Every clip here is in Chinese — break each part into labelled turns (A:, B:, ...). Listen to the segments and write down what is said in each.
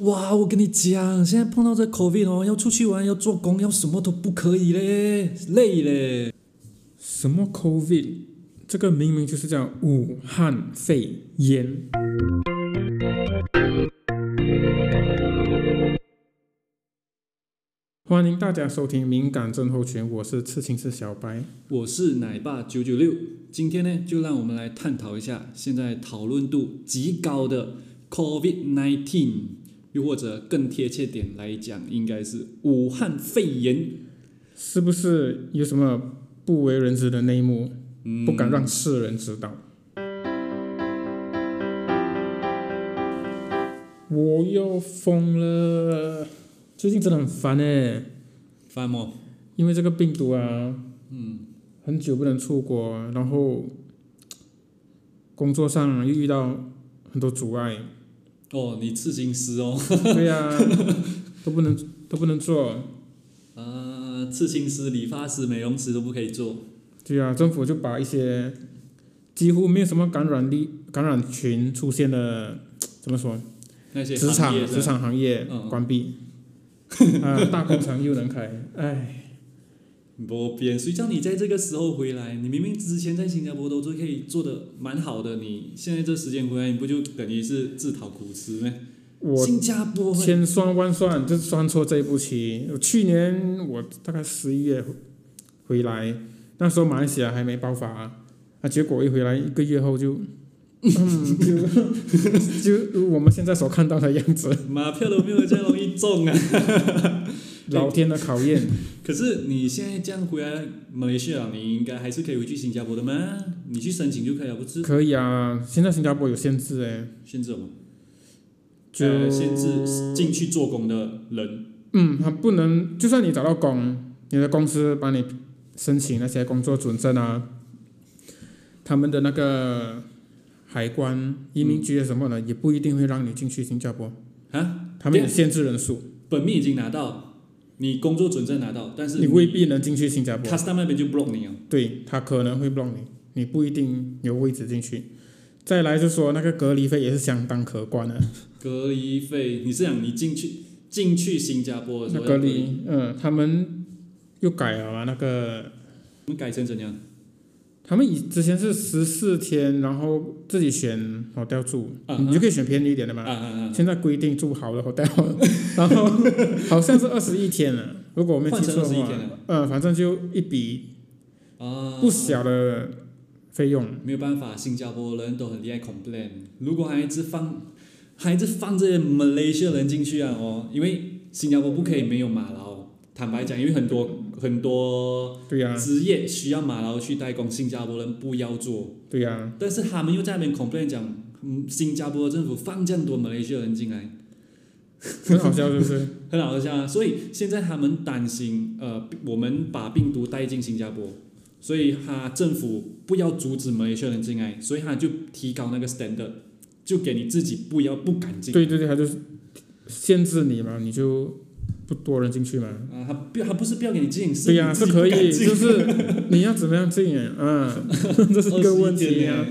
A: 哇，我跟你讲，现在碰到这 COVID 哦，要出去玩，要做工，要什么都不可以嘞，累嘞。
B: 什么 COVID？这个明明就是叫武汉肺炎。欢迎大家收听《敏感症候群》，我是刺青师小白。
A: 我是奶爸九九六，今天呢，就让我们来探讨一下现在讨论度极高的 COVID nineteen，又或者更贴切点来讲，应该是武汉肺炎。
B: 是不是有什么不为人知的内幕，
A: 嗯
B: 不敢让世人知道？我又疯了，最近真的很烦哎、
A: 翻模，
B: 因为这个病毒啊，嗯，很久不能出国，然后工作上又遇到很多阻 碍，
A: 哦，你刺青师哦，
B: 对呀、都不能都不能做，
A: 啊，刺青师、理发师、美容师都不可以做。
B: 对呀、政府就把一些几乎没有什么感染力、感染群出现的，怎么说，
A: 那些
B: 职
A: 行业
B: 场
A: 的
B: 职场行业
A: 嗯
B: 关闭，啊、大工厂又能开，哎，
A: 不变，谁叫你在这个时候回来？你明明之前在新加坡都就可以做的蛮好的，你现在这时间回来，你不就等于是自讨苦吃吗？
B: 我
A: 新加坡欸
B: 千算万算，就是算错这一步棋。我去年我大概十一月回来，那时候马来西亚还没爆发，啊，结果一回来一个月后就，嗯， 就就我们现在所看到的样子，
A: 马票都没有这样容易中啊！
B: 老天的考验。
A: 可是你现在这样回来马来西亚，你应该还是可以回去新加坡的嘛？你去申请就可以了，不是？
B: 可以啊，现在新加坡有限制哎，
A: 限制我们，
B: 就、
A: 呃，限制进去做工的人。
B: 嗯，他不能，就算你找到工，你的公司帮你申请那些工作准证啊，他们的那个海关、移民局啊什么的，也不一定会让你进去新加坡，
A: 啊，
B: 他们也限制人数，
A: 本命已经拿到，你工作准证拿到，但是
B: 你未必能啊进去新加坡。
A: custom 那边就 block 你啊。
B: 对他可能会 block 你，你不一定有位置进去。再来就说那个隔离费也是相当可观的，
A: 隔离费，你是想你进去进去新加坡的时
B: 那
A: 候要
B: 隔
A: 离？
B: 离，嗯，他们又改了嘛那个
A: 我们改成怎样？
B: 他们以之前是十四天，然后自己选 hotel 住
A: 啊
B: 你就可以选便宜一点的嘛。
A: 啊啊啊！
B: 现在规定住好的 hotel，然后好像是二十一天了，如果我没记错的
A: 换成21
B: 话
A: 天了，
B: 呃，反正就一笔
A: 啊，
B: 不小的费用。
A: 没有办法，新加坡人都很厉害 complain。如果还一直放，还一直放这些 Malaysia 人进去啊哦，因为新加坡不可以没有马劳。坦白讲，因为很多很多
B: 对呀、
A: 职业需要马劳去代工，新加坡人不要做，
B: 对呀、
A: 但是他们又在那边 complain 讲，嗯，新加坡政府放这样多 Malaysia 人进来。
B: 很好笑，是不是？
A: 很好笑啊！所以现在他们担心，呃，我们把病毒带进新加坡，所以他政府不要阻止马来西亚人进来，所以他就提高那个 standard，就给你自己不要不敢进。
B: 对对对，他就是限制你嘛，你就不多人进去嘛。
A: 啊，他不，他不是不要给你进，
B: 对呀、
A: 你自己
B: 是可
A: 不敢
B: 以，
A: 进
B: 就是你要怎么样进啊？ 嗯，这是一个问
A: 21
B: 题
A: 天
B: 啊
A: 呢。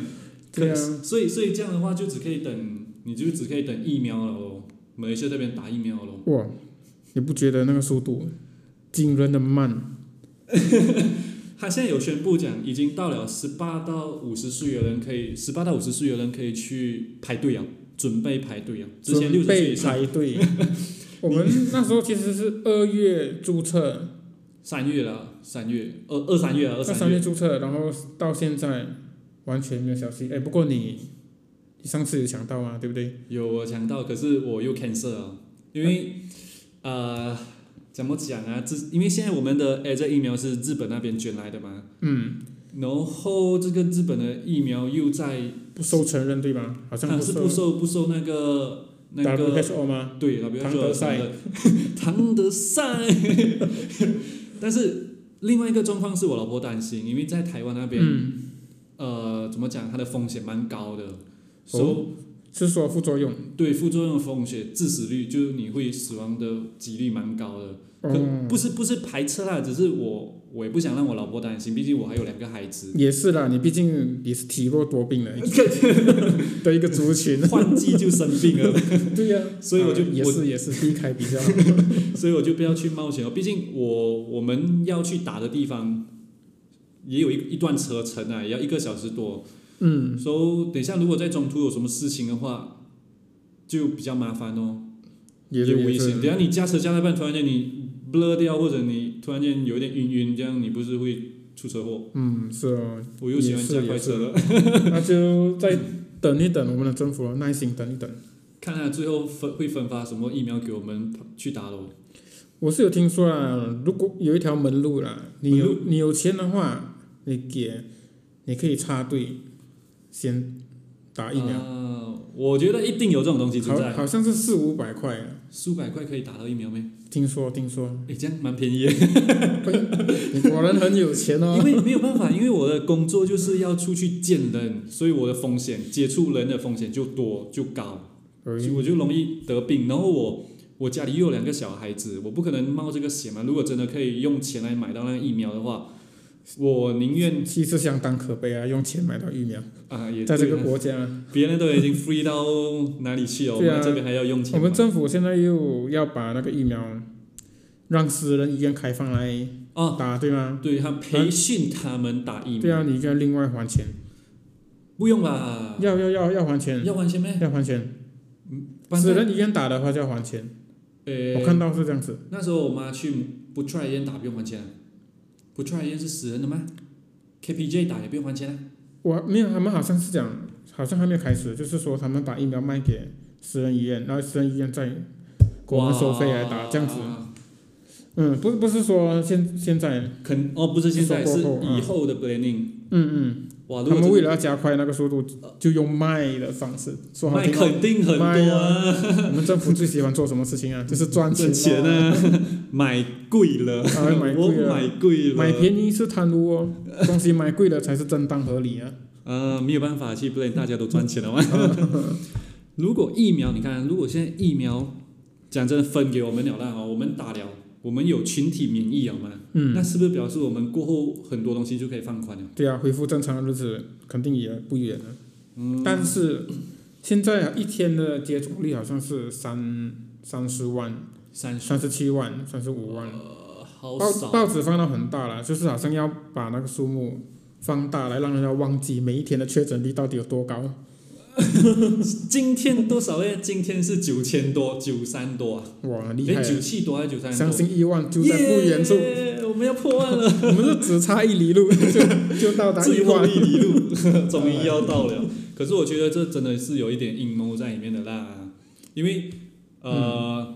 B: 对呀、
A: 可所以所以这样的话，就只可以等，你就只可以等疫苗了哦，马来西亚这边打疫苗了哦。
B: 哇，你不觉得那个速度惊人的慢？
A: 他现在有宣布讲，已经到了十八到五十岁的人可以，十八到五十岁的人可以去排队啊，准备排队啊。之前六
B: 准
A: 十岁
B: 备
A: 以上，
B: 排队。 我们那时候其实是二月注册，
A: 三月了，三月二二三月啊，
B: 那
A: 二
B: 三
A: 三
B: 月
A: 月。
B: 注册，然后到现在完全没有消息。哎，不过你你上次有想到啊，对不对？
A: 有我抢到，可是我又 cancel 啊，因为呃怎么讲啊？这因为现在我们的 A Z E 疫苗是日本那边捐来的嘛，
B: 嗯，
A: 然后这个日本的疫苗又在，
B: 不受承认对吗？好像
A: 它
B: 不
A: 是
B: 受
A: 不受不受那个那个
B: WHO 吗？
A: 对，他不要
B: 唐
A: 说什么
B: 德赛
A: 的， 唐德赛。 但是另外一个状况是我老婆担心，因为在台湾那边，
B: 嗯，
A: 呃，怎么讲，它的风险蛮高的，所、
B: 哦是说副作用。
A: 对副作用的风险、致死率，就是你会死亡的几率蛮高的。可
B: 哦
A: 不是不是排斥啦，只是我我也不想让我老婆担心，毕竟我还有两个孩子。
B: 也是啦，你毕竟也是体弱多 病的一个的一个族群，
A: 换季就生病了，
B: 对呀、
A: 所以我就
B: 啊也
A: 我
B: 是也是避开比较好，
A: 所以我就不要去冒险哦了。毕竟我我们要去打的地方也有一一段车程啊，也要一个小时多。
B: 嗯，
A: 所以等一下如果在中途有什么事情的话，就比较麻烦哦，
B: 也
A: 有
B: 是
A: 危
B: 也
A: 险。
B: 是
A: 等一下你驾车驾到一半，突然间你 blur 掉，或者你突然间有一点晕晕，这样你不是会出车祸？
B: 嗯，是哦，
A: 我又喜欢
B: 也是
A: 驾快车了。
B: 那就再等一等，我们的政府耐心等一等。
A: 看他最后分会分发什么疫苗给我们去打咯。
B: 我是有听说啊，如果有一条门路啦，你有你有钱的话，你给你可以插队先打疫苗，
A: 啊我觉得一定有这种东西存
B: 好
A: 在。
B: 好像是四五百块啊，
A: 数百块可以打到疫苗没？
B: 听说 听说，
A: 诶，这样蛮便宜的，
B: 你果然很有钱
A: 因
B: 哦。
A: 为没有办法，因为我的工作就是要出去见人，所以我的风险接触人的风险就多就高，所以
B: 哎
A: 我就容易得病。然后我我家里又有两个小孩子，我不可能冒这个险嘛。如果真的可以用钱来买到那个疫苗的话，我宁愿
B: 其实相当可悲啊，用钱买到疫苗，
A: 啊也
B: 在这
A: 对
B: 个
A: 啊
B: 国家，
A: 别人都已经 free 到哪里去了，我
B: 对啊
A: 们这边还要用钱买。
B: 我们政府现在又要把那个疫苗让私人医院开放来
A: 哦，
B: 打，对吗？
A: 对他培训他们打疫苗，
B: 嗯对啊，你就要另外还钱，
A: 不用吧？
B: 要要要要还钱，
A: 要还钱没？
B: 要还钱。
A: 不然
B: 私人医院打的话就要还钱，我
A: 呃，
B: 看到是这样子。
A: 那时候我妈去不出来医院打不用还钱、啊，不出来医院是死人的吗？KPJ 打也不用还钱啊？
B: 我没有，他们好像是讲，好像还没有开始，就是说他们把疫苗卖给私人医院，然后私人医院再给我们收费来打，这样子。
A: 子。
B: 嗯，不不是说现现在，嗯
A: 肯哦，不是现在
B: 收
A: 是
B: 购啊
A: 以后的 planning。
B: 嗯，
A: 哇，如
B: 他
A: 果
B: 们
A: 真
B: 为了要加快那个速度，就用卖的方式，说好
A: 卖
B: 听话
A: 肯定很
B: 卖
A: 多啊，
B: 我们政府最喜欢做什么事情啊？就是赚
A: 挣钱
B: 啊！
A: 啊， 买贵了，
B: 啊买
A: 我
B: 贵了
A: 买贵了，
B: 买便宜是贪污哦，东西买贵了才是正当合理啊！
A: 呃，没有办法去，不然大家都赚钱了 嘛。如果疫苗，你看，如果现在疫苗讲真的分给我们了啦，哦，我们打了，我们有群体免疫了嘛，
B: 嗯，
A: 那是不是表示我们过后很多东西就可以放宽了？
B: 对啊，恢复正常的日子肯定也不远了。嗯，但是现在啊一天的接种率好像是三三十万、
A: 三十，
B: 三十七万、三十五万，
A: 呃，好
B: 报
A: 少，
B: 报纸放到很大了，就是好像要把那个数目放大来让人家忘记每一天的确诊率到底有多高。
A: 今天多少嘞？今天是九千多，九三多啊，
B: 哇，很厉害
A: 哎，
B: 啊！
A: 九七多还是九三多？
B: 相信亿万就在不远处。
A: 耶我们要破万了，
B: 我们是只差一里路就就到达一
A: 最后
B: 万
A: 一。里 路终于要到了。可是我觉得这真的是有一点阴谋在里面的啦，因为
B: 嗯
A: 呃，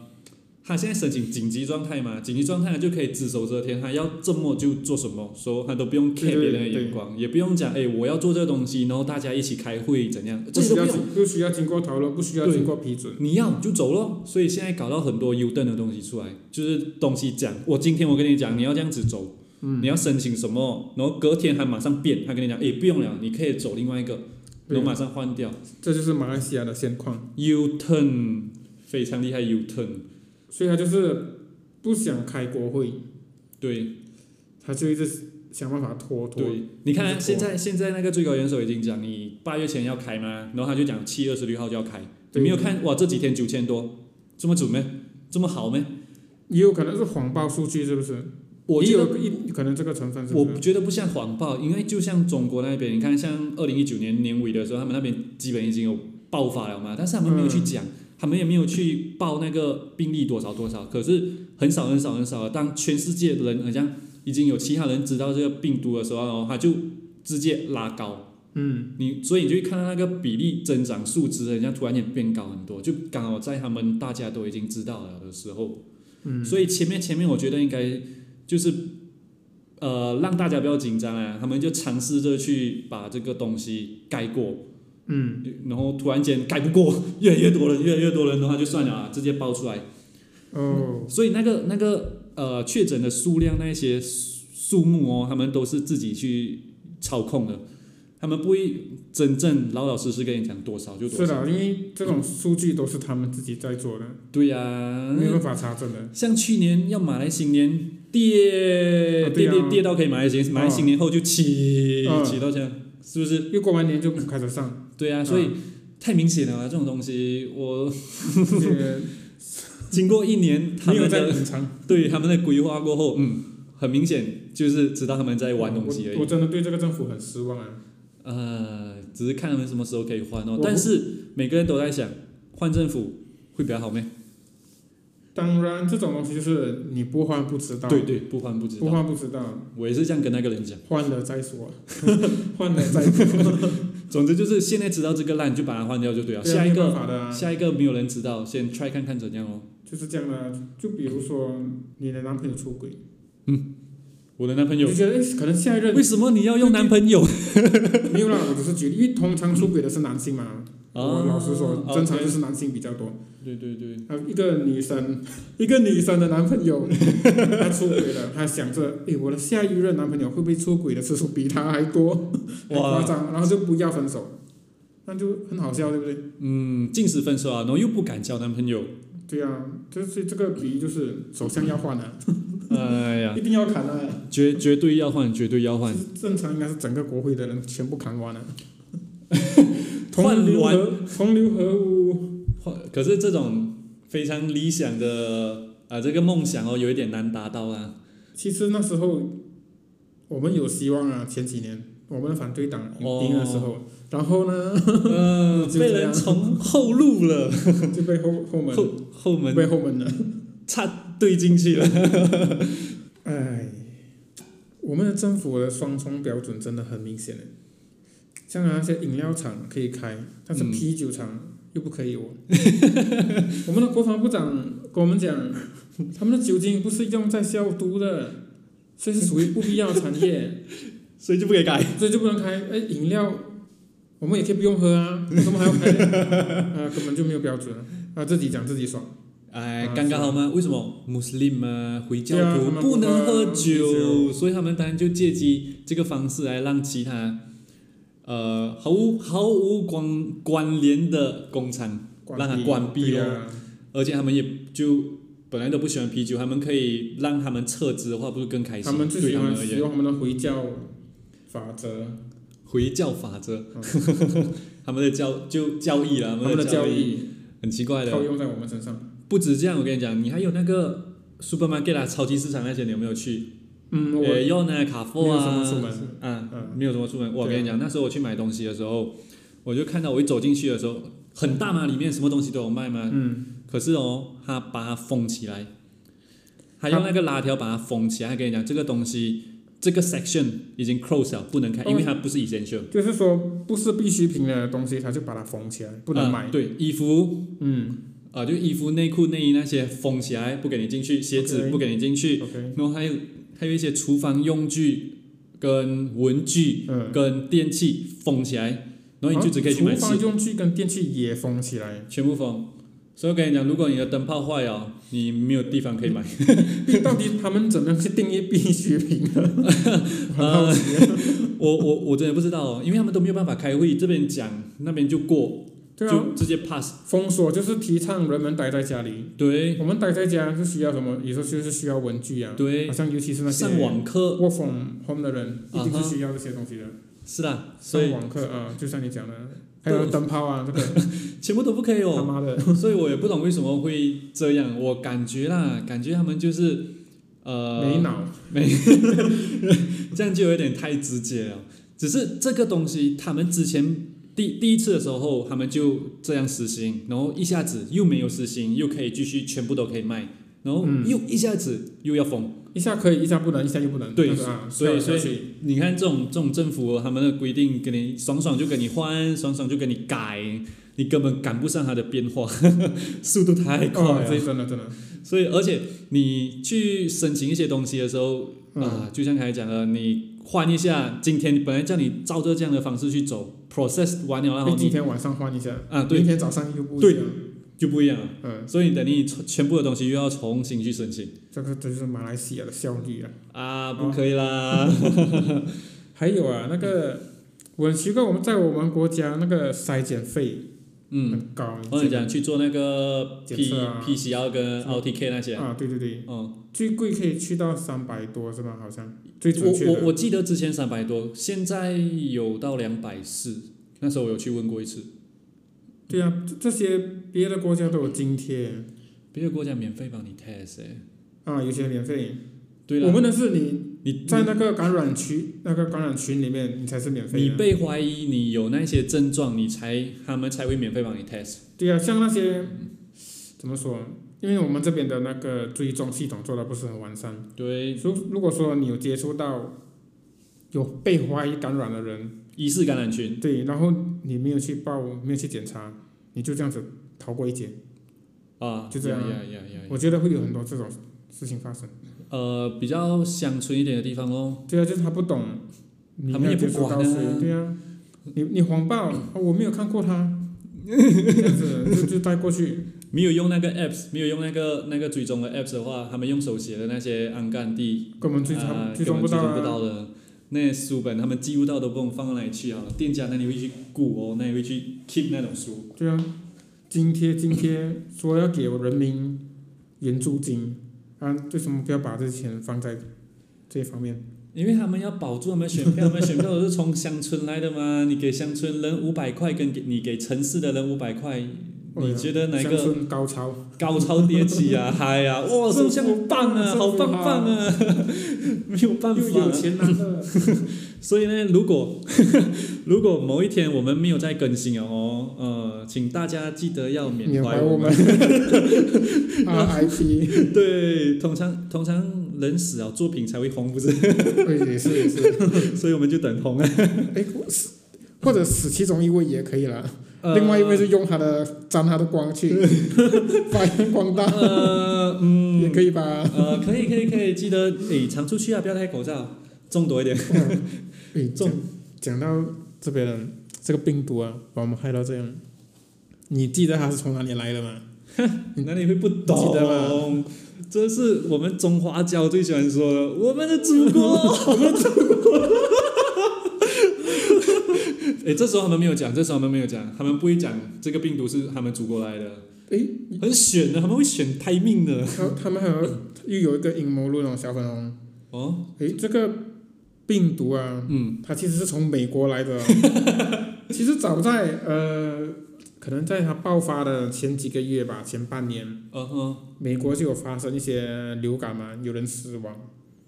A: 他现在申请紧急状态嘛，紧急状态就可以只手遮天，他要这么就做什么，说他都不用
B: 对
A: care
B: 对
A: 别人的眼光，也不用讲哎我要做这个东西，然后大家一起开会怎样，
B: 不
A: 这些
B: 需
A: 都
B: 要
A: 不用，
B: 经不需要经过讨论，不需要经过批准。
A: 你要就走咯。所以现在搞到很多 U 盾的东西出来，就是东西讲，我今天我跟你讲，你要这样子走，
B: 嗯
A: 你要申请什么，然后隔天还马上变，他跟你讲，诶，哎不用了，你可以走另外一个，然
B: 对
A: 后马上换掉
B: 这就是马来西亚的现况，
A: U turn，非常厉害 U turn，
B: 所以他就是不想开国会，
A: 对
B: 他就一直想办法拖拖。
A: 对，你看啊
B: 没错
A: 现在现在那个最高元首已经讲，你八月前要开吗？然后他就讲七月二十六号就要开，你
B: 对
A: 没有看哇？这几天九千多，这么准咩？这么好咩？
B: 也有可能是谎报数据，是不是？
A: 我
B: 也
A: 觉得
B: 有一可能这个成分是不
A: 我
B: 是？
A: 觉得不像谎报，因为就像中国那边，你看像二零一九年年尾的时候，他们那边基本已经有爆发了嘛，但是他们没有去讲，他们也没有去报那个病例多少多少，可是很少很少很少了。当全世界人好像已经有其他人知道这个病毒的时候，哦，他就直接拉高。
B: 嗯，
A: 你所以你就会看到那个比例增长数值，人家突然间变高很多，就刚好在他们大家都已经知道了的时候，嗯，所以前面前面我觉得应该就是呃，让大家不要紧张啊，他们就尝试着去把这个东西盖过，嗯，然后突然间盖不过，越来越多人，越来越多人的话就算了啊，直接爆出来。
B: 哦，
A: 所以那个那个呃，确诊的数量那一些数数目哦，他们都是自己去操控的，他他们不会真正老老实实跟你讲多少就多
B: 是
A: 少。
B: 的，因为这种数据都是他们自己在做的，
A: 对呀、
B: 没有办法查证的。
A: 像去年要马来新年跌
B: 啊对
A: 跌
B: 啊
A: 跌跌到可以马来新马来新年后就起
B: 啊
A: 起到这样，是不是？
B: 又过完年就开 始上，
A: 对啊，
B: 啊
A: 所以太明显了啊，这种东西我
B: 也
A: 经过一年他
B: 没有
A: 们
B: 在
A: 的
B: 隐藏
A: 对他们的规划过后，嗯，很明显就是知道他们在玩东西而
B: 我我
A: 已。
B: 真的对这个政府很失望啊！
A: 呃，只是看他们什么时候可以换哦
B: 我。
A: 但是每个人都在想，换政府会比较好咩？
B: 当然，这种东西就是你不换不知道，
A: 对对，不换不知
B: 不
A: 道。
B: 换不知道，
A: 我也是这样跟那个人讲。
B: 换了 再说，换了再说，
A: 总之就是现在知道这个烂就把它换掉就对了。
B: 对啊
A: 下一
B: 没有
A: 个
B: 办法的啊，
A: 下一个没有人知道，先 try 看看怎样哦。
B: 就是这样的啊。就比如说你的男朋友出轨，
A: 我的男朋
B: 你
A: 友
B: 就，觉得哎，可能下一任
A: 为什么你要用男朋友？
B: 没有啦，我只是举例，因为通常出轨的是男性嘛。
A: 啊
B: 我老实说，
A: 啊
B: 正常就是男性比较多。
A: 对对对，
B: 啊，一个女生， 一个女生的男朋友， 她出轨了，她想着，诶，我的下一任男朋友会不会出轨的次数比她还多，很
A: 哇
B: 夸张，然后就不要分手，那就很好笑，对不对？
A: 嗯，尽时分手啊，然后又不敢交男朋友，
B: 对啊，就是这个比喻就是首相要换啊，
A: 哎呀，
B: 一定要砍啊，
A: 绝绝对要换，绝对要换
B: 就。是正常应该是整个国会的人全部砍 完了、
A: 换
B: 同流
A: 完
B: 合同流合污，
A: 可是这种非常理想的啊、这个梦想哦，有一点难达到啊 啦。
B: 其实那时候我们有希望啊，前几年我们的反对党赢的时
A: 哦
B: 候，然后呢？
A: 嗯、
B: 就
A: 被
B: 这
A: 人
B: 样
A: 从后路 了，
B: 就被后后门
A: 后后门
B: 被后门了。
A: 插对进去 了。
B: 哎，我们的政府的双重标准真的很明显的，像那些饮料厂可以开，但是
A: 嗯
B: 啤酒厂、又不可以哦。 我们的国防部长跟我们讲，他们的酒精不是用在消毒的，所以是属于不必要的产业。
A: 所以就不给改。
B: 所以就不能开。哎，饮料我们也可以不用喝啊，为什么还 要开？啊，根本就没有标准啊，自己讲自己爽。
A: 哎，
B: 啊
A: 刚刚好吗？为什么穆斯林嘛，回教
B: 对啊
A: 徒
B: 他们
A: 不
B: 不
A: 能喝
B: 喝
A: 酒，所以他们当然就借机这个方式来让其他呃毫无毫无关关联的工厂，让它关闭
B: 对
A: 咯
B: 啊
A: 而且他们也就本来都不喜欢啤酒，他们可以让他们撤资的话，不是更开心？
B: 他们最
A: 对
B: 喜
A: 他们
B: 欢
A: 而
B: 使
A: 言，
B: 用他们的回教法则，
A: 回教法则， 他们的教就教义啦，
B: 嗯他
A: 们
B: 们的
A: 教
B: 交易
A: 很奇怪的
B: 套。用在我们身上。
A: 不止这样，我跟你讲，你还有那个 supermarket 啊，超级市场那些，你有没有去？
B: 嗯，我
A: 也有呢，卡
B: 没
A: 夫
B: 有
A: 啊，
B: 什么出门，
A: 啊，
B: 嗯
A: 没有什么出门。我
B: 对啊
A: 跟你讲，那时候我去买东西的时候，我就看到我一走进去的时候，很大嘛，里面什么东西都有卖嘛。
B: 嗯，
A: 可是哦，他把它封起来，他用
B: 他
A: 那个拉条把它封起来。他跟你讲，这个东西这个 section 已经 close 了，不能开，
B: 哦
A: 因为它不是 essential，
B: 就是说不是必需品的东西，他就把它封起来，不能买
A: 啊。对，衣服
B: 嗯
A: 啊、就衣服、内裤、内衣那些封起来，不给你进去；鞋子
B: OK
A: 不给你进去。
B: ，OK，
A: 然后还有还有一些厨房用具跟文具。
B: 嗯，哦
A: 跟电器封起来，然后你就只可以去买
B: 厨
A: 吃
B: 房
A: 的，
B: 用具跟电器也封起来，
A: 全部封。所以我跟你讲，如果你的灯泡坏了，你没有地方可以买。
B: 到底他们怎么样去定义必需品呢？ 很好奇
A: 呃
B: 啊。
A: 我我我真的不知道哦，因为他们都没有办法开会，这边讲那边就过，
B: 对啊，
A: 就直接 pass。
B: 封锁就是提倡人们待在家里。
A: 对
B: 我们待在家是需要什么？有时候就是需要文具啊，
A: 对
B: 好，像尤其是那些
A: 上网课
B: work from home 的人，一定
A: 啊哈
B: 是需要这些东西的。
A: 是啦，所
B: 上
A: 以
B: 网课啊，就像你讲的，还有灯泡啊，这个
A: 全部都不可以
B: 他
A: 哦。
B: 妈的，
A: 所以我也不懂为什么会这样，我感觉啦，感觉他们就是呃
B: 没脑。
A: 没，这样就有点太直接了。只是这个东西，他们之前第第一次的时候，他们就这样实行，然后一下子又没有实行，又可以继续全部都可以卖，然后
B: 嗯
A: 又一下子又要封。
B: 一下可以，一下不能，一下又不能，
A: 对
B: 就是啊，
A: 所以
B: 跳
A: 所
B: 来
A: 以
B: 跳去
A: 你看这种这种政府哦他们的规定，给你爽爽就给你换，爽爽就给你改，你根本赶不上它的变化， 速度太快
B: 哦，
A: 了。
B: 这真的真的，
A: 所以，而且你去申请一些东西的时候，
B: 嗯
A: 啊，就像刚才讲的，你换一下，今天本来叫你照着这样的方式去走，process 完了，然后
B: 你今
A: 你
B: 天晚上换一下，
A: 啊，对
B: 明，天早上又不一
A: 对
B: 样，
A: 就不一样了。
B: 哎嗯，
A: 所以等你全全部的东西又要重新去申请
B: 这个这就是马来西亚的效率啊。
A: 啊，不可以啦，
B: 还有啊，那个我很奇怪，我们在我们国家那个筛检费
A: 嗯，
B: 很高，
A: 或者讲去做那个 P
B: 检测啊
A: PCR 跟 RTK 那些，
B: 啊，对对对，
A: 嗯，
B: 最贵可以去到三百多是吗？好像最准确
A: 我我
B: 的
A: 我记得之前三百多，现在有到两百四，那时候我有去问过一次，
B: 对啊，这这些别的国家都有津贴
A: 别的国家免费帮你 test 哎、
B: 啊，有些免费。
A: 对了，
B: 我们的是你
A: 你
B: 在那个感染区那个感染群里面，你才是免费啊
A: 你
B: 的。
A: 被怀疑你有那些症状，你才他们才会免费帮你 test。
B: 对啊，像那些怎么说？因为我们这边的那个追踪系统做的不是很完善，
A: 对，
B: 如如果说你有接触到有被怀疑感染的人，
A: 疑似感染群，
B: 对，然后你没有去报，没有去检查，你就这样子逃过一劫。
A: 啊，
B: 就这样啊
A: 呀呀呀呀
B: 我觉得会有很多这种事情发生。
A: 呃，比较乡村一点的地方哦，
B: 对啊，就是他不懂，你
A: 他们也
B: 没有
A: 不
B: 接触到
A: 管啊
B: 谁，对啊，你你 谎报、哦我没有看过他，这样子就就带过去，
A: 没有用那个 apps，没有用那个那个追踪的 apps 的话，他们用手写的那些安干地，
B: 根本追
A: 啊
B: 踪追
A: 根本追
B: 踪到、
A: 踪不
B: 啊。
A: 到的。那书本他们寄不到都不用放到哪里去啊？店家那里会去顾哦，那里会去 keep 那种书。
B: 对啊，津贴津贴说要给人民援助金，啊，为什么不要把这钱放在这一方面？
A: 因为他们要保住他们选票，他们选票都是从乡村来的嘛。你给乡村人五百块，跟给你给城市的人五百块，
B: 哦
A: 你觉得哪
B: 乡
A: 个
B: 村高潮？
A: 高潮迭起啊？ 嗨呀、啊，哇，
B: 政
A: 首
B: 府
A: 相棒啊，
B: 政
A: 好
B: 府
A: 棒棒啊！ 没有办
B: 又有
A: 法，啊
B: 钱拿了，
A: 所以呢，如果如果某一天我们没有再更新了哦，呃，请大家记得要缅
B: 缅
A: 怀
B: 怀我 们。RIP，啊
A: 对，通常通常人死了，作品才会红，不 是？
B: 对，也是也是，
A: 所以我们就等红啊。
B: 哎，我死或者死其中一位也可以了。
A: 呃
B: 另外一位是用他的沾他的光去 发扬光大，
A: 呃 嗯，
B: 也可以吧？
A: 呃，可以可以可以，记得诶，常出去啊，不要戴口罩，中毒一点。
B: 哎，
A: 中
B: 讲讲到这边了，这个病毒啊，把我们害到这样，你记得它是从哪里来的吗？
A: 你哪里会不嗯懂？
B: 记得
A: 这是我们中华教最喜欢说的，我们的祖国， 我们的祖 国。哎，这时候他们没有讲，这时候他们没有讲，他们不会讲这个病毒是他们祖国来的，
B: 哎，
A: 很选的，他们会选胎命的。
B: 他他们还有又有一个阴谋论哦，小粉红，
A: 哦，
B: 哎，这个病毒啊，
A: 嗯，
B: 它其实是从美国来的哦。 其实早在呃，可能在它爆发的前几个月吧，前半年，
A: 嗯哼，
B: 美国就有发生一些流感嘛，有人死亡。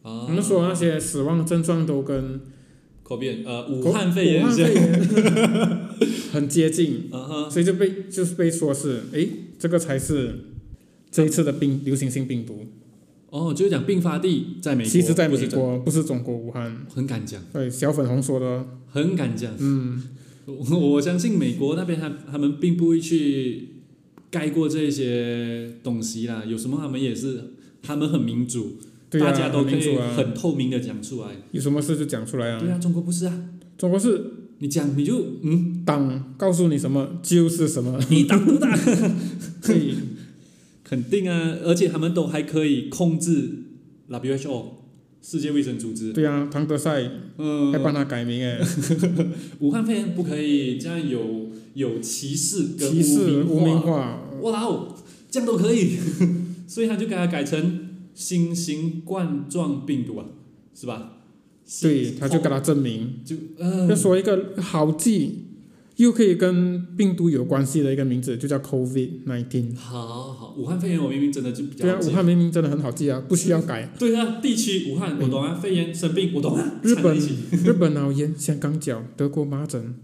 A: 啊，
B: 我们说那些死亡症状都跟
A: 口变，呃，武汉肺
B: 武
A: 炎
B: 汉
A: 是吧，
B: 肺炎 很接近，
A: 嗯哼，
B: 所以就被就是被说是，诶，这个才是这一次的病流行性病毒。
A: 哦，就是讲并发地在美国，
B: 其实在
A: 不
B: 美
A: 是中，
B: 国，不是中国武汉。
A: 很敢讲。
B: 对，小粉红说的，
A: 很敢讲，
B: 嗯，
A: 我我相信美国那边他他们并不会去盖过这些东西啦，有什么他们也是，他们很民主，
B: 对啊，
A: 大家都可
B: 很民
A: 以
B: 主啊，
A: 很透明的讲出来。
B: 有什么事就讲出来啊。
A: 对啊，中国不是啊，
B: 中国是
A: 你讲你就嗯，
B: 党告诉你什么就是什么，
A: 一党独大，
B: 所以
A: 肯定啊，而且他们都还可以控制 WHO 世界卫生组织，
B: 对啊，唐德赛
A: 嗯
B: 还，帮他改名哎，
A: 武汉肺炎不可以，这样有有歧视跟
B: 歧视
A: 污
B: 污
A: 名化。
B: 名化，
A: 哇哦，这样都可以， 所以他就给它改成新型冠状病毒啊，是吧？
B: 对，他就给
A: 改
B: 他证明。
A: 就呃
B: 要说一个好记又可以跟病毒有关系的一个名字，就叫 COVID nineteen。
A: 好好，武汉肺炎我明明真的就比
B: 对
A: 较
B: 啊，武
A: 记
B: 汉明明真的很好记啊，不需要改。
A: 对啊，地区武汉我懂啊，肺炎生病我懂啊，
B: 嗯日
A: 掺在
B: 本
A: 一起
B: 日本脑炎、香港脚、德国麻疹、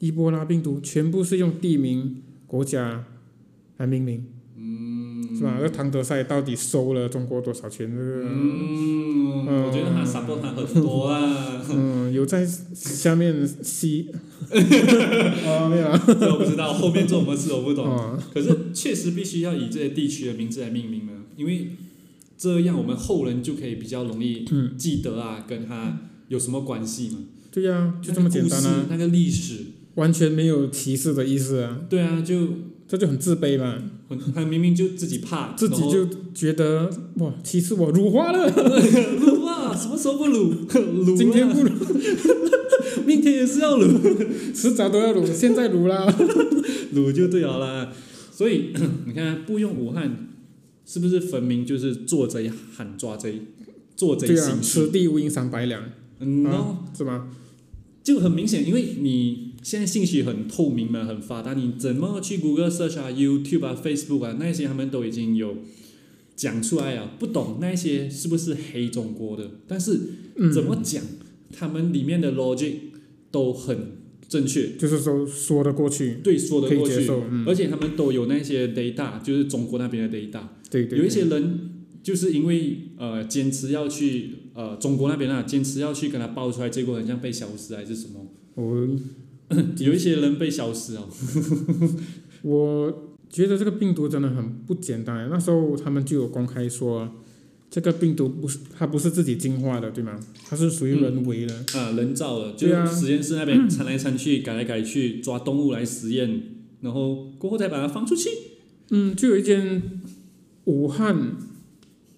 B: 伊波拉病毒，全部是用地名、国家来命名。嗯，是吧？那唐德赛到底收了中国多少钱？这个，
A: 嗯，我觉得他 support 他很多啊，
B: 嗯，有在下面吸，哦，没有啊，
A: 这我不知道后面做什么事我不 懂，
B: 哦，
A: 可是确实必须要以这些地区的名字来命名呢，因为这样我们后人就可以比较容易记得啊，跟他有什么关系嘛。
B: 对呀、嗯就这么简单啊，
A: 那个历史，
B: 完全没有歧视的意思啊，
A: 对啊，就
B: 这就很自卑嘛。
A: 很他明明就自己怕，
B: 自己就觉得哇，歧视我辱华了，
A: 哇，什么时候不撸？撸、啊，
B: 今天不辱，
A: 明天也是要撸，
B: 迟早都要撸，现在撸啦。
A: 撸就对了啦。所以 你看，不用武汉，是不是分明就是做贼喊抓贼，做贼
B: 对啊
A: 行，
B: 此
A: 事？
B: 地无银三百两，
A: 嗯，然后
B: 啊，是吗？
A: 就很明显，因为你现在信息很透明嘛，很发达，你怎么去 Google search 啊、YouTube 啊、Facebook 啊那些，他们都已经有讲出来啊。不懂那些是不是黑中国的，但是
B: 嗯，
A: 怎么讲，他们里面的 logic 都很正确，
B: 就是说说得过去，
A: 对说
B: 可
A: 得
B: 以
A: 过
B: 接
A: 去，
B: 受，嗯，
A: 而且他们都有那些 data，就是中国那边的 data。
B: 对对。
A: 有一
B: 对
A: 些人就是因为呃坚持要去呃中国那边啊，坚持要去跟他爆出来，结果很像被消失还是什么。
B: 我
A: 有一些人被消失哦，
B: 我觉得这个病毒真的很不简单。啊那时候他们就有公开说，这个病毒不是它不是自己进化的，对吗？它是属于人为的。
A: 啊，人造的，就
B: 对啊
A: 实验室那边缠来缠去，改来改去，抓动物来实验，然后过后再把它放出去。
B: 嗯，就有一间武汉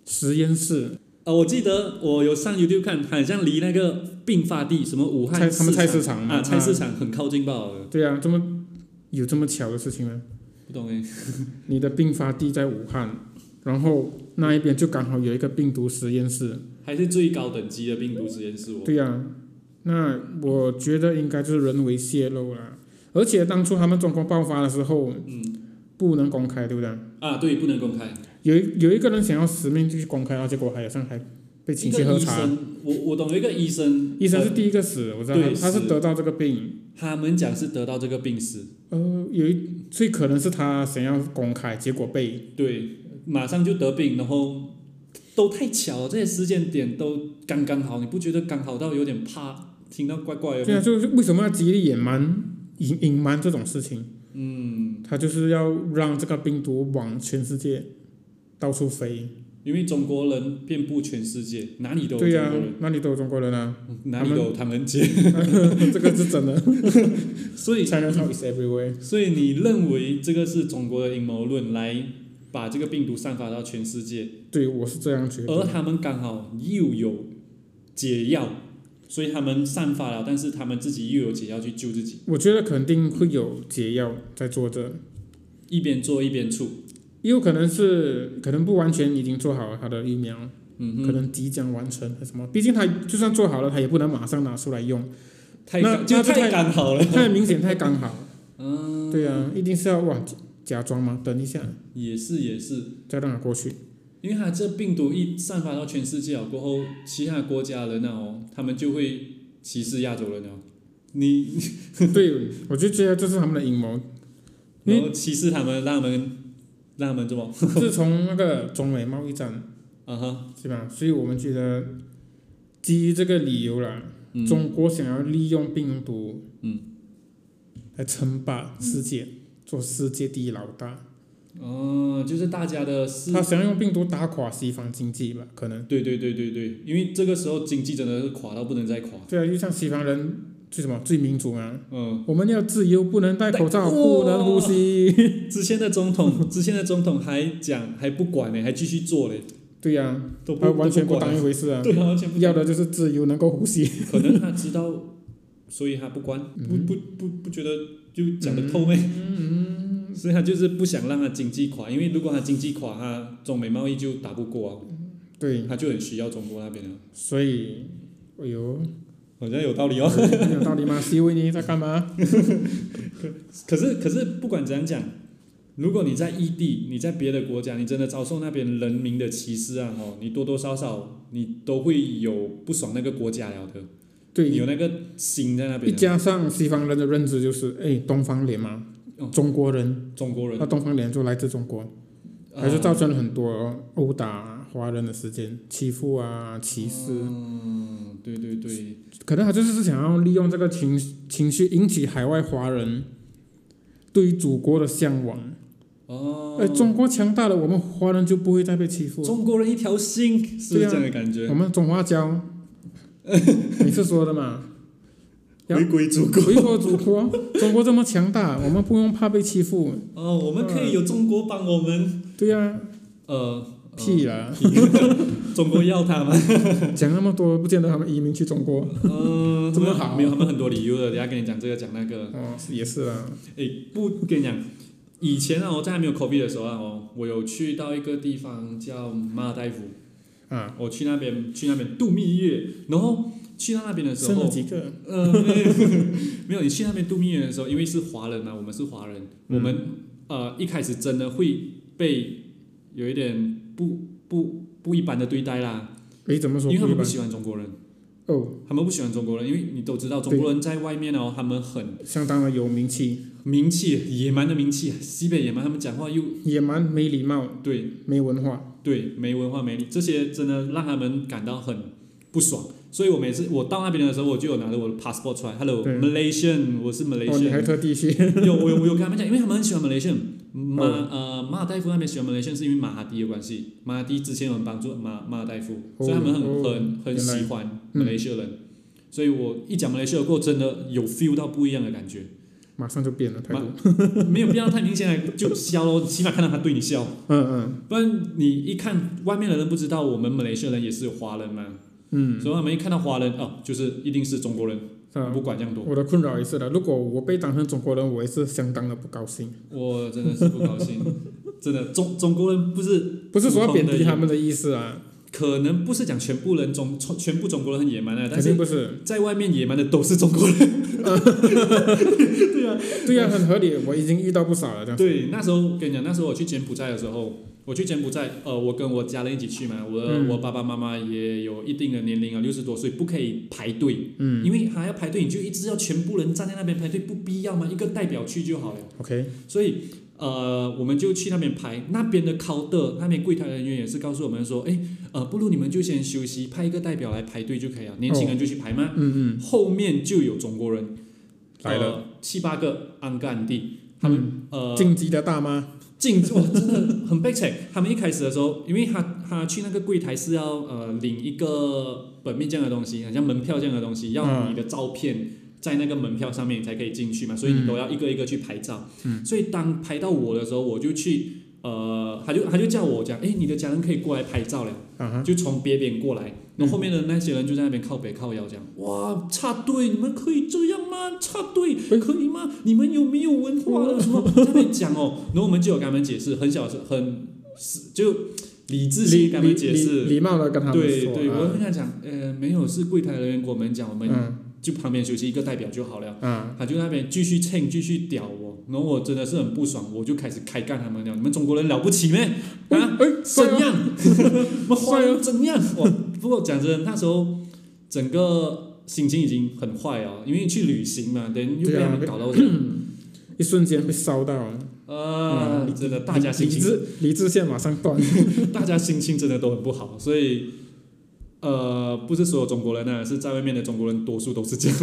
B: 实验室，
A: 啊，我记得我有上 YouTube 看，好像离那个并发地什么武汉
B: 菜他们菜市
A: 市
B: 场嗯嘛，
A: 啊菜市场很靠近吧？
B: 对啊，这么有这么巧的事情吗？
A: 不懂哎，
B: 你的病发地在武汉，然后那一边就刚好有一个病毒实验室。
A: 还是最高等级的病毒实验室哦。
B: 对呀、那我觉得应该就是人为泄露啦。而且当初他们中国爆发的时候，
A: 嗯，
B: 不能公开，对不对？
A: 啊，对，不能公开。
B: 有一有一个人想要死命去公开，然后结果还有上还被请
A: 一
B: 去
A: 个
B: 喝
A: 医
B: 茶。
A: 生，我我懂有一个医生，
B: 医生是
A: 呃
B: 第一个死，我知道
A: 对
B: 他他
A: 是
B: 是得到这个病，
A: 他们讲是得到这个病史，
B: 呃，有一所以可能是他想要公开，结果被
A: 对，马上就得病，然后都太巧了，这些时间点都刚刚好，你不觉得刚好到有点怕，听到怪怪的
B: 对啊，
A: 吗？
B: 就是为什么要极力隐瞒隐隐瞒这种事情？
A: 嗯，
B: 他就是要让这个病毒往全世界到处飞。
A: 因为中国人遍布全世界，哪里都有
B: 对啊
A: 中
B: 呀、
A: 国人，嗯
B: 那里都有中国人啊，
A: 哪里都有唐人街，
B: 这个是真的。
A: 所以
B: China Talk is everywhere。
A: 所以你认为这个是中国的阴谋论来把这个病毒散发到全世界？
B: 对，啊我是这样觉
A: 而
B: 得。
A: 他们刚好又有解药，所以他们散发了，但是他们自己又有解药去救自己，
B: 我觉得肯定会有解药在做这，
A: 一边做一边出。
B: 也有可能是可能不完全已经做好了它的疫苗，
A: 嗯
B: 可
A: 哼，
B: 能即将完成还是什么。毕竟它就算做好了，它也不能马上拿出来用，
A: 太
B: 那
A: 刚就
B: 那就
A: 太
B: 太
A: 刚 好了。
B: 太明显太刚好。
A: 嗯，
B: 对啊，一定是要哇假假装嘛，等一下
A: 也是也是，
B: 再让它过去。
A: 因为它这病毒一散发到全世界了过后，其他国家人啊哦，他们就会歧视亚洲人哦，你
B: 对，我就觉得这是他们的阴谋。因
A: 然
B: 为
A: 后歧视他们，让他们让他们怎么？
B: 自从那个中美贸易战
A: 啊哈，
B: 是吧？所以我们觉得基于这个理由啦，
A: 嗯
B: 中国想要利用病毒，
A: 嗯，
B: 来称霸世界，做世界第一老大。
A: 哦，就是大家的思
B: 他想要用病毒打垮西方经济吧？可能
A: 对对对对对，因为这个时候经济真的是垮到不能再垮。
B: 对啊，就像西方人最什么最民主嘛，
A: 嗯，
B: 我们要自由，不能戴口罩，
A: 戴
B: 不能呼吸。
A: 之前的总 统，之前的总统还讲还不管呢，还继续做嘞，
B: 对呀、啊，
A: 都不
B: 他完全
A: 都
B: 不
A: 管
B: 当一
A: 了。
B: 回事啊。
A: 对啊，完全不
B: 要的就是自由，能够呼吸。
A: 可能他知道，所以他不管，
B: 嗯
A: 不不不不觉得就讲得透呗。
B: 嗯
A: 所以他就是不想让他经济垮，因为如果他经济垮，他中美贸易就打不过啊，
B: 对，
A: 他就很需要中国那边了。
B: 所以，哎呦，
A: 好像有道理哦。
B: 很有道理吗？西维尼在干嘛？
A: 可是可是不管怎样讲，如果你在异地，你在别的国家，你真的遭受那边人民的歧视啊，哦，你多多少少你都会有不爽那个国家了的，
B: 对
A: 你，有那个心在那
B: 一
A: 边的。
B: 加上西方人的认知就是，哎，东方脸嘛
A: 哦，
B: 中国人，啊
A: 中国人啊
B: 那东方脸就来自中国，还是造成了很多殴打华人的事件、欺负啊、歧视。
A: 嗯，对对对，
B: 可能他就是想要利用这个情情绪引起海外华人对于祖国的向往。
A: 哦，
B: 哎，中国强大了，我们华人就不会再被欺负了。
A: 中国人一条心，是不是这样的感觉？
B: 我们中华教，你是说 的嘛？要
A: 回归祖国
B: 嗯回国祖国，中国这么强大，我们不用怕被欺负。
A: 哦，我们可以有中国帮我们。
B: 对呀、
A: 呃，
B: 屁啦！
A: 中国要他们，
B: 讲那么多，不见得他们移民去中国。
A: 嗯，
B: 这么好
A: 没有他们很多理由的，等下跟你讲这个讲那个。
B: 哦，是也是啦。
A: 诶，不不跟你讲，以前啊，我在还没有 COVID 的时候啊，哦，我有去到一个地方叫马尔代夫，
B: 啊，
A: 我去那边去那边度蜜月，然后去到那边的时
B: 生了
A: 候，
B: 几个？
A: 呃，没有，你 去那边度蜜月的时候，因为是华人嘛，我们是华人，
B: 嗯
A: 我们呃一开始真的会被有一点不不不一般的对待啦，
B: 诶，怎么
A: 因
B: 说
A: 为他
B: 不一
A: 们不
B: 般？
A: 喜欢中国人，
B: 哦，
A: 他们不喜欢中国人，因为你都知道中国人在外面哦，他们很
B: 相当的有名气，
A: 名气，野蛮的名气，西北野蛮，他们讲话又
B: 野蛮、没礼貌、
A: 对
B: 没文化。
A: 对，没文化没理，这些真的让他们感到很不爽。所以我每次我到那边的时候，我就有拿着我的 passport 出来，Hello
B: 对
A: Malaysian，我是
B: 哦，你还
A: Malaysian。
B: 特地去？
A: 有我有我有跟他们讲，因为他们很喜欢 Malaysian。马
B: 嗯
A: 呃马尔代夫那边喜欢 Malaysian 是因为马哈迪的关系，马哈迪之前有人帮助马马尔代夫，
B: 哦
A: 所以他们很
B: 哦
A: 很很
B: 原来
A: 喜欢
B: 嗯
A: Malaysia 人。所以我一讲 Malaysia 过后，真的有 feel 到不一样的感觉，
B: 马上就变了啊态度。
A: 没有必要太明显了，就笑咯，起码看到他对你笑。
B: 嗯
A: 不然你一看外面的人不知道，我们马来西亚人也是有华人嘛，
B: 嗯
A: 所以他们一看到华人哦，就是一定是中国人，
B: 嗯，啊，
A: 不管这样多，
B: 我的困扰也是的。如果我被当成中国人，我也是相当的不高兴。
A: 我真的是不高 兴，真的中中国人不是
B: 不是说要贬
A: 普通
B: 低
A: 的
B: 他们的意思啊，
A: 可能不是讲全部人中全全部中国人很野蛮啊，但
B: 肯定
A: 是
B: 不是。
A: 在外面野蛮的都是中国人。
B: 对呀、很合理。我已经遇到不少了，这样。
A: 对，那时候跟你讲，那时候我去柬埔寨的时候，我去柬埔寨，呃，我跟我家人一起去嘛，我、
B: 嗯
A: 我爸爸妈妈也有一定的年龄啊，六十多岁，不可以排队。
B: 嗯
A: 因为还要排队，你就一直要全部人站在那边排队，不必要嘛，一个代表去就好了。
B: ，OK，
A: 所以呃，我们就去那边排，那边的 counter 那边柜台人员也是告诉我们说，哎，呃，不如你们就先休息，派一个代表来排队就可以了，年轻人就去排嘛。
B: 嗯嗯，
A: 后面就有中国人
B: 来了，嗯
A: 呃七八个安干地，他们、呃
B: 晋级的大妈，
A: 进哇，真的很悲惨。 他们一开始的时候，因为他他去那个柜台是要呃领一个本面这样的东西，很像门票这样的东西，要
B: 嗯
A: 你的照片在那个门票上面你才可以进去嘛，所以你都要一个一个去拍照。嗯、所以当拍到我的时候，我就去呃，他就他就叫我讲，哎，你的家人可以过来拍照了。
B: 啊哈，
A: 就从别边过来，然
B: 嗯
A: 后后面的那些人就在那边靠北靠腰讲，哇，插队，你们可以这样吗？插队可以吗？你们有没有文化的什 么在那边讲哦？然后我们就有跟他们解释，很小声，很就理智性
B: 礼
A: 地跟他们
B: 礼
A: 解
B: 礼
A: 释。
B: 礼貌的跟他们
A: 对
B: 说，
A: 对，我
B: 啊
A: 跟他讲，呃，没有，是柜台人员跟我们讲，我们
B: 嗯
A: 就旁边休息一个代表就好了。
B: 啊，
A: 他就那边继续蹭，继续屌我，然后我真的是很不爽，我就开始开干他们了。你们中国人了不起咩？
B: 哎
A: 啊，
B: 哎，
A: 怎
B: 帅哦
A: 样？我们华人怎样？ 哇！不过讲真，那时候整个心情已经很坏哦，因为去旅行嘛，等于又被
B: 对啊
A: 他们搞到这样，
B: 一瞬间被烧到了，
A: 呃，
B: 嗯
A: 真的大家心
B: 理
A: 情，
B: 智理智线马上断，
A: 大家心情真的都很不好，所以。呃，不是所有中国人啊呢、是在外面的中国人，多数都是 这样。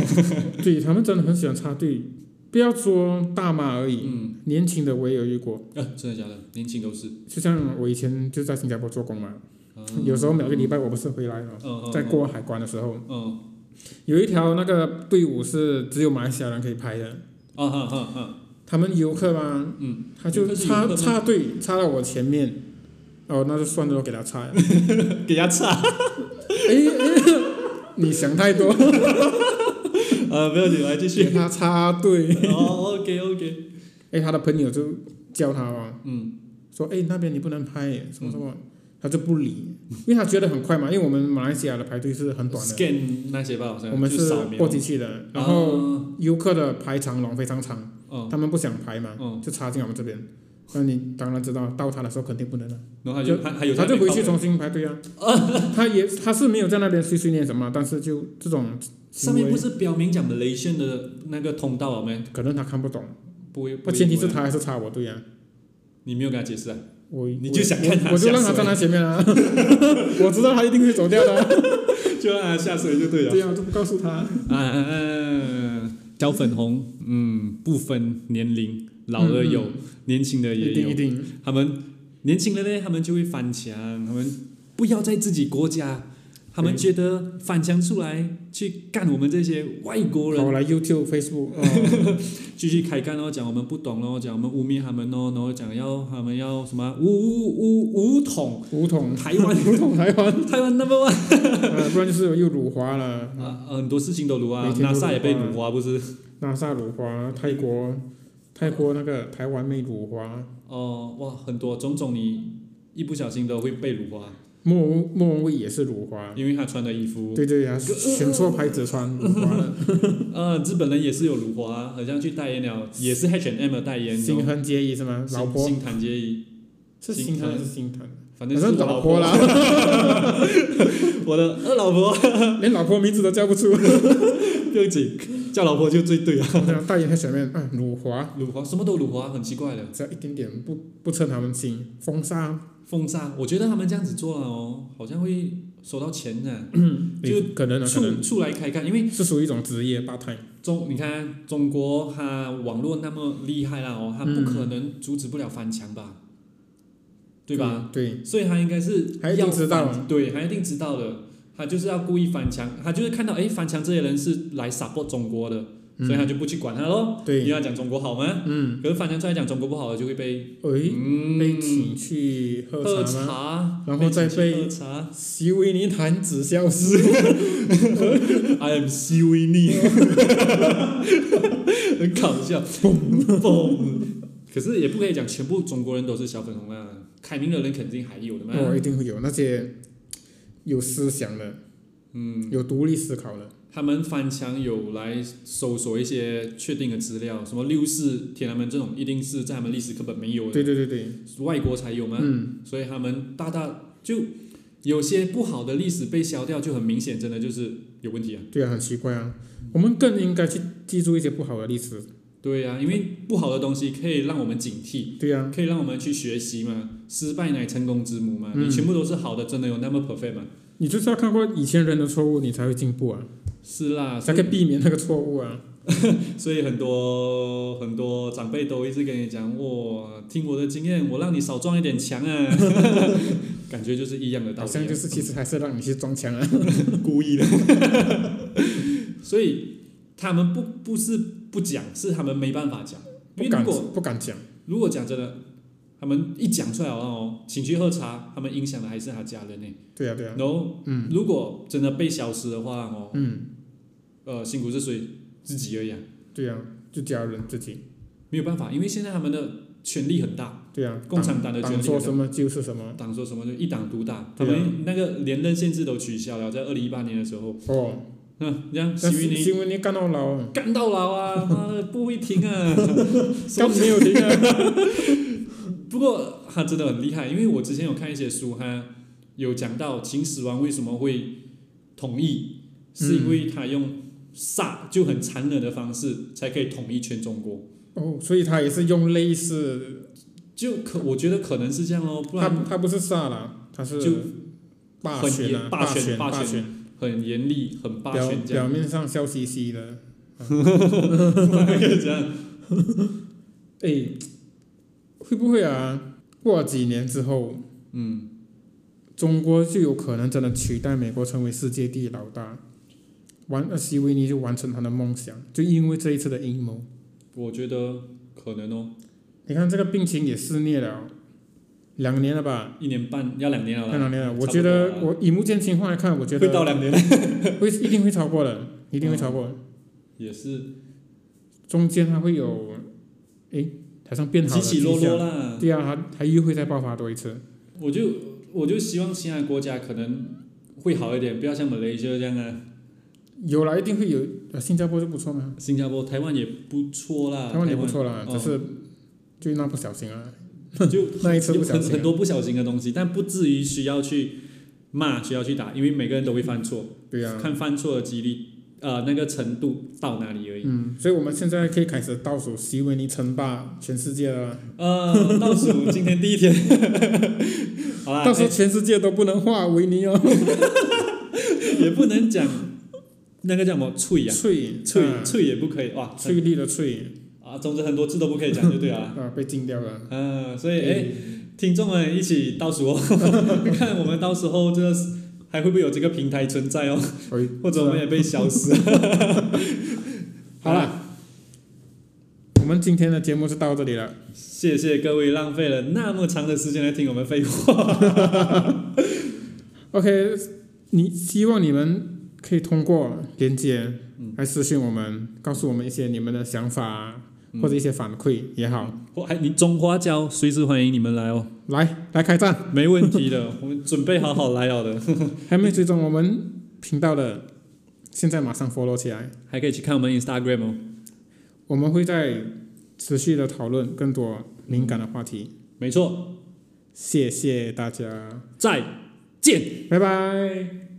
B: 对他们真的很喜欢插队，不要说大妈而已，
A: 嗯，
B: 年轻的我也有遇过，
A: 呃，真的假的？年轻都是。
B: 就像我以前就在新加坡做工嘛，
A: 呃
B: 有时候每个礼拜我不是回来嘛，
A: 嗯嗯，
B: 在过海关的时候，
A: 嗯。
B: 有一条那个队伍是只有马来西亚人可以拍的。
A: 嗯啊哈哈哈，
B: 他们游客嘛，
A: 嗯，
B: 他
A: 游
B: 就
A: 客是游
B: 插
A: 客吗
B: 插队插到我前面，哦，那就算了，我给他 插。哎
A: 给他 擦。
B: 哎，你想太多，
A: 呃，不要紧，来继
B: 给
A: 续。
B: 他插队。
A: 哦，OK OK，
B: 哎，他的朋友就叫他哦，
A: 嗯，
B: 说哎那边你不能拍，什么什么，他就不理，因为他觉得很快嘛，因为我们马来西亚的排队是很短的，
A: scan 那些吧，好像
B: 我们
A: 啊就是扫描
B: 过机器的，然后
A: 后，
B: 游客的排长龙非常长，
A: 嗯，
B: 他们不想排嘛
A: 嗯，
B: 就插进我们这边。那你当然知道，到他的时候肯定不能了。
A: 然后他就还还有
B: 他
A: 在
B: 就
A: 那边
B: 回
A: 靠
B: 去
A: 北
B: 重新排 队啊。他也他是没有在那边碎碎念什么，但是就这种
A: 上面不是标明讲 Malaysian 的那个通道吗？
B: 可能他看不懂，
A: 不会，不
B: 那
A: 会
B: 前提是
A: 不会
B: 他还是插我队啊。
A: 你没有跟他解释啊？
B: 我
A: 你就想看他
B: 我，我就让
A: 下
B: 他
A: 水
B: 站在前 面啊。我知道他一定会走掉的啊，
A: 就让他下水就对
B: 对。啊，我就不告诉他。
A: 啊啊啊！小粉红，嗯，不分年龄，老的有，年轻的
B: 一
A: 啊也
B: 定一
A: 有。
B: 定，
A: 他们年轻人呢，他们就会翻墙，他们不要在自己国家，他们觉得翻墙出来去干我们这些外国人
B: 跑，来 YouTube、Facebook，哦
A: 继续开干哦，讲我们不懂咯，讲我们污蔑他们哦，然后讲要他们要什么五五五五统
B: 武统，
A: 台湾
B: 武统 台湾，
A: 台湾 number one
B: 呃，不然就是又辱华了，
A: 啊，很多事情都撸啊
B: 每，天都
A: 拉
B: 撸
A: 萨也被
B: 啊
A: 撸啊，不是？
B: 拉萨辱华，泰国，泰国那个台湾妹辱华，
A: 哦、哇，很多种种你一不小心都会被撸啊，
B: 莫文莫文蔚也是辱 华，
A: 因为他穿的衣服。
B: 嗯对对啊，选错牌子穿辱华了，
A: 呃，日本人也是有辱华、好像去代言了，也是 H&M 的代言，
B: 心痕结衣是吗？老婆
A: 新谭结衣，
B: 是
A: 心
B: 心痕还
A: 疼
B: 是心疼？
A: 反
B: 反
A: 正是
B: 正
A: 我
B: 老
A: 婆啊
B: 婆，啦，
A: 我的二老婆，
B: 连老婆名字都叫不出，
A: 不用紧，叫老婆就最对啊。
B: 代言在前面啊，辱华，
A: 辱华什么都辱华，很奇怪的。
B: 只要一点点不不称他们心，封杀，
A: 封杀，我觉得他们这样子做了哦，好像会收到钱呢、就
B: 可能啊，可
A: 出
B: 能
A: 出来开干，因为
B: 是属于一种职业 part time，
A: 中你看中国它网络那么厉害啦哦，它不可能阻止不了翻墙吧，对吧？？
B: 嗯对，
A: 所以他应该是
B: 还一定
A: 要
B: 知道啊
A: 翻对，他一定知道的。他就是要故意翻墙，他就是看到哎翻墙这些人是来 support 中国的，所以他就不去管他咯。你
B: 嗯对，
A: 要讲中国好吗？
B: 嗯，
A: 可是翻墙出来讲中国不好的就会被
B: 诶，
A: 嗯
B: 被请去喝
A: 喝
B: 茶吗？
A: 茶，
B: 然后再
A: 被请去
B: 被
A: 喝茶。
B: 席维尼弹指消失，
A: I am 西维尼， 很搞 笑，嘣可是也不可以讲全部中国人都是小粉红啊，开明的人肯定还有的嘛。
B: 哦，一定会有那些有思想的，嗯，有独立思考的，
A: 他们翻墙有来搜索一些确定的资料，什么六四天安门这种，一定是在他们历史课本没有的，
B: 对对对对，
A: 外国才有嘛。
B: 嗯，
A: 所以他们大大就有些不好的历史被消掉，就很明显，真的就是有问题啊。
B: 对啊，很奇怪啊，我们更应该去记住一些不好的历史，
A: 对啊，因为不好的东西可以让我们警惕，
B: 对啊，
A: 可以让我们去学习嘛。失败乃成功之母嘛，
B: 嗯
A: 你全部都是好的，真的有那么 perfect 吗？
B: 你就是要看过以前人的错误，你才会进步啊，
A: 是啦，
B: 才可以避免那个错误啊，
A: 所以很多很多长辈都一直跟你讲，我听我的经验，我让你少撞一点墙啊， 感觉就是一样的道理啊、
B: 好像就是其实还是让你去撞 墙啊，
A: 故意的。所以他们不不是不讲，是他们没办法讲，因为
B: 不
A: 如
B: 敢
A: 果
B: 不敢讲，
A: 如果讲真的，他们一讲出来哦，请去喝茶，他们影响的还是他家人呢。
B: 对啊对啊，
A: 然后，
B: 嗯
A: 如果真的被消失的话哦，
B: 嗯，
A: 呃，辛苦是谁自己而已啊，
B: 对啊，就家人自己，
A: 没有办法，因为现在他们的权力很大，
B: 对啊，
A: 共产党的权力很
B: 党
A: 大
B: 说什么就是什么，
A: 党说什么就一党独大，他
B: 对啊
A: 们那个连任限制都取消了，在二零一八年的时候，
B: 哦。
A: 嗯，这样
B: 但
A: 习
B: 是
A: 维尼
B: 新闻你干到老，
A: 干到老 啊，妈的不会停啊。
B: 干没有停啊！
A: 不过他真的很厉害，因为我之前有看一些书，他有讲到秦始皇为什么会统一，是因为他用杀就很残忍的方式才可以统一全中国。
B: 哦，所以他也是用类似，
A: 就可我觉得可能是这样哦，不
B: 他
A: 然
B: 他不是杀了，他是
A: 就
B: 霸权啊，
A: 霸
B: 权
A: 权
B: 霸
A: 霸权，很严厉、很霸
B: 表
A: 权这样。
B: 表面上笑嘻嘻的，
A: 这样
B: 哎，会不会啊？过几年之后，
A: 嗯，
B: 中国就有可能真的取代美国成为世界第一老大，完，呃，西维尼就完成他的梦想，就因为这一次的阴谋。
A: 我觉得可能哦，
B: 你看这个病情也肆虐了两年了吧，
A: 一年半要两年了
B: 看
A: 啦，
B: 两年了。
A: 啊差不
B: 我
A: 多
B: 觉得
A: 了
B: 我以目前情况来看，我觉
A: 会
B: 得
A: 到两年了， 啊
B: 会一定会超过的，一定会超过。
A: 也是
B: 中间它会有，诶，好像变好
A: 起起
B: 的迹
A: 落
B: 象
A: 落啦。
B: 对啊，它它又会再爆发多一次。
A: 我就我就希望其他国家可能会好一点，不要像马来西亚这样啊，
B: 有了，一定会有。呃，新加坡就不错嘛，
A: 新加坡、台湾也不错啦，
B: 台湾也不错啦，
A: 嗯
B: 只是就那不小心啊，
A: 就
B: 那一次
A: 有
B: 不小
A: 很
B: 心啊
A: 很多不小心的东西，但不至于需要去骂，需要去打，因为每个人都会犯错，
B: 对啊。
A: 看犯错的几率，呃，那个程度到哪里而已。
B: 嗯，所以我们现在可以开始倒数，席维尼称霸全世界了啦。
A: 呃，倒数今天第一天， 好啦，
B: 到时候
A: 哎
B: 全世界都不能画维尼哦，
A: 也不能讲那个叫什么脆呀、
B: 翠
A: 脆
B: 啊
A: 脆也不可以哇，
B: 翠绿的翠
A: 啊，总之很多字都不可以讲就对了。嗯
B: 啊，被禁掉了。
A: 哎
B: 哎
A: 嗯，所以哎，听众们一起倒数哦，看我们到时候这个还还会不会有这个平台存在哦？
B: 哎
A: 或者我们
B: 是啊
A: 也被消失了？好了，
B: 我们今天的节目就到这里了，
A: 谢谢各位浪费了那么长的时间来听我们废 话。
B: OK，你希望你们可以通过连接来私信我们，告诉我们一些你们的想法
A: 嗯
B: 或者一些反馈也好，
A: 我还哎你中花椒，随时欢迎你们来哦，
B: 来来开战，
A: 没问题的， 我们准备好好来好的。
B: 还没追踪我们频道的，现在马上 follow 起来，
A: 还可以去看我们 Instagram 哦，
B: 我们会在持续的讨论更多敏感的话题。
A: 没错，
B: 谢谢大家，
A: 再见。
B: 拜拜。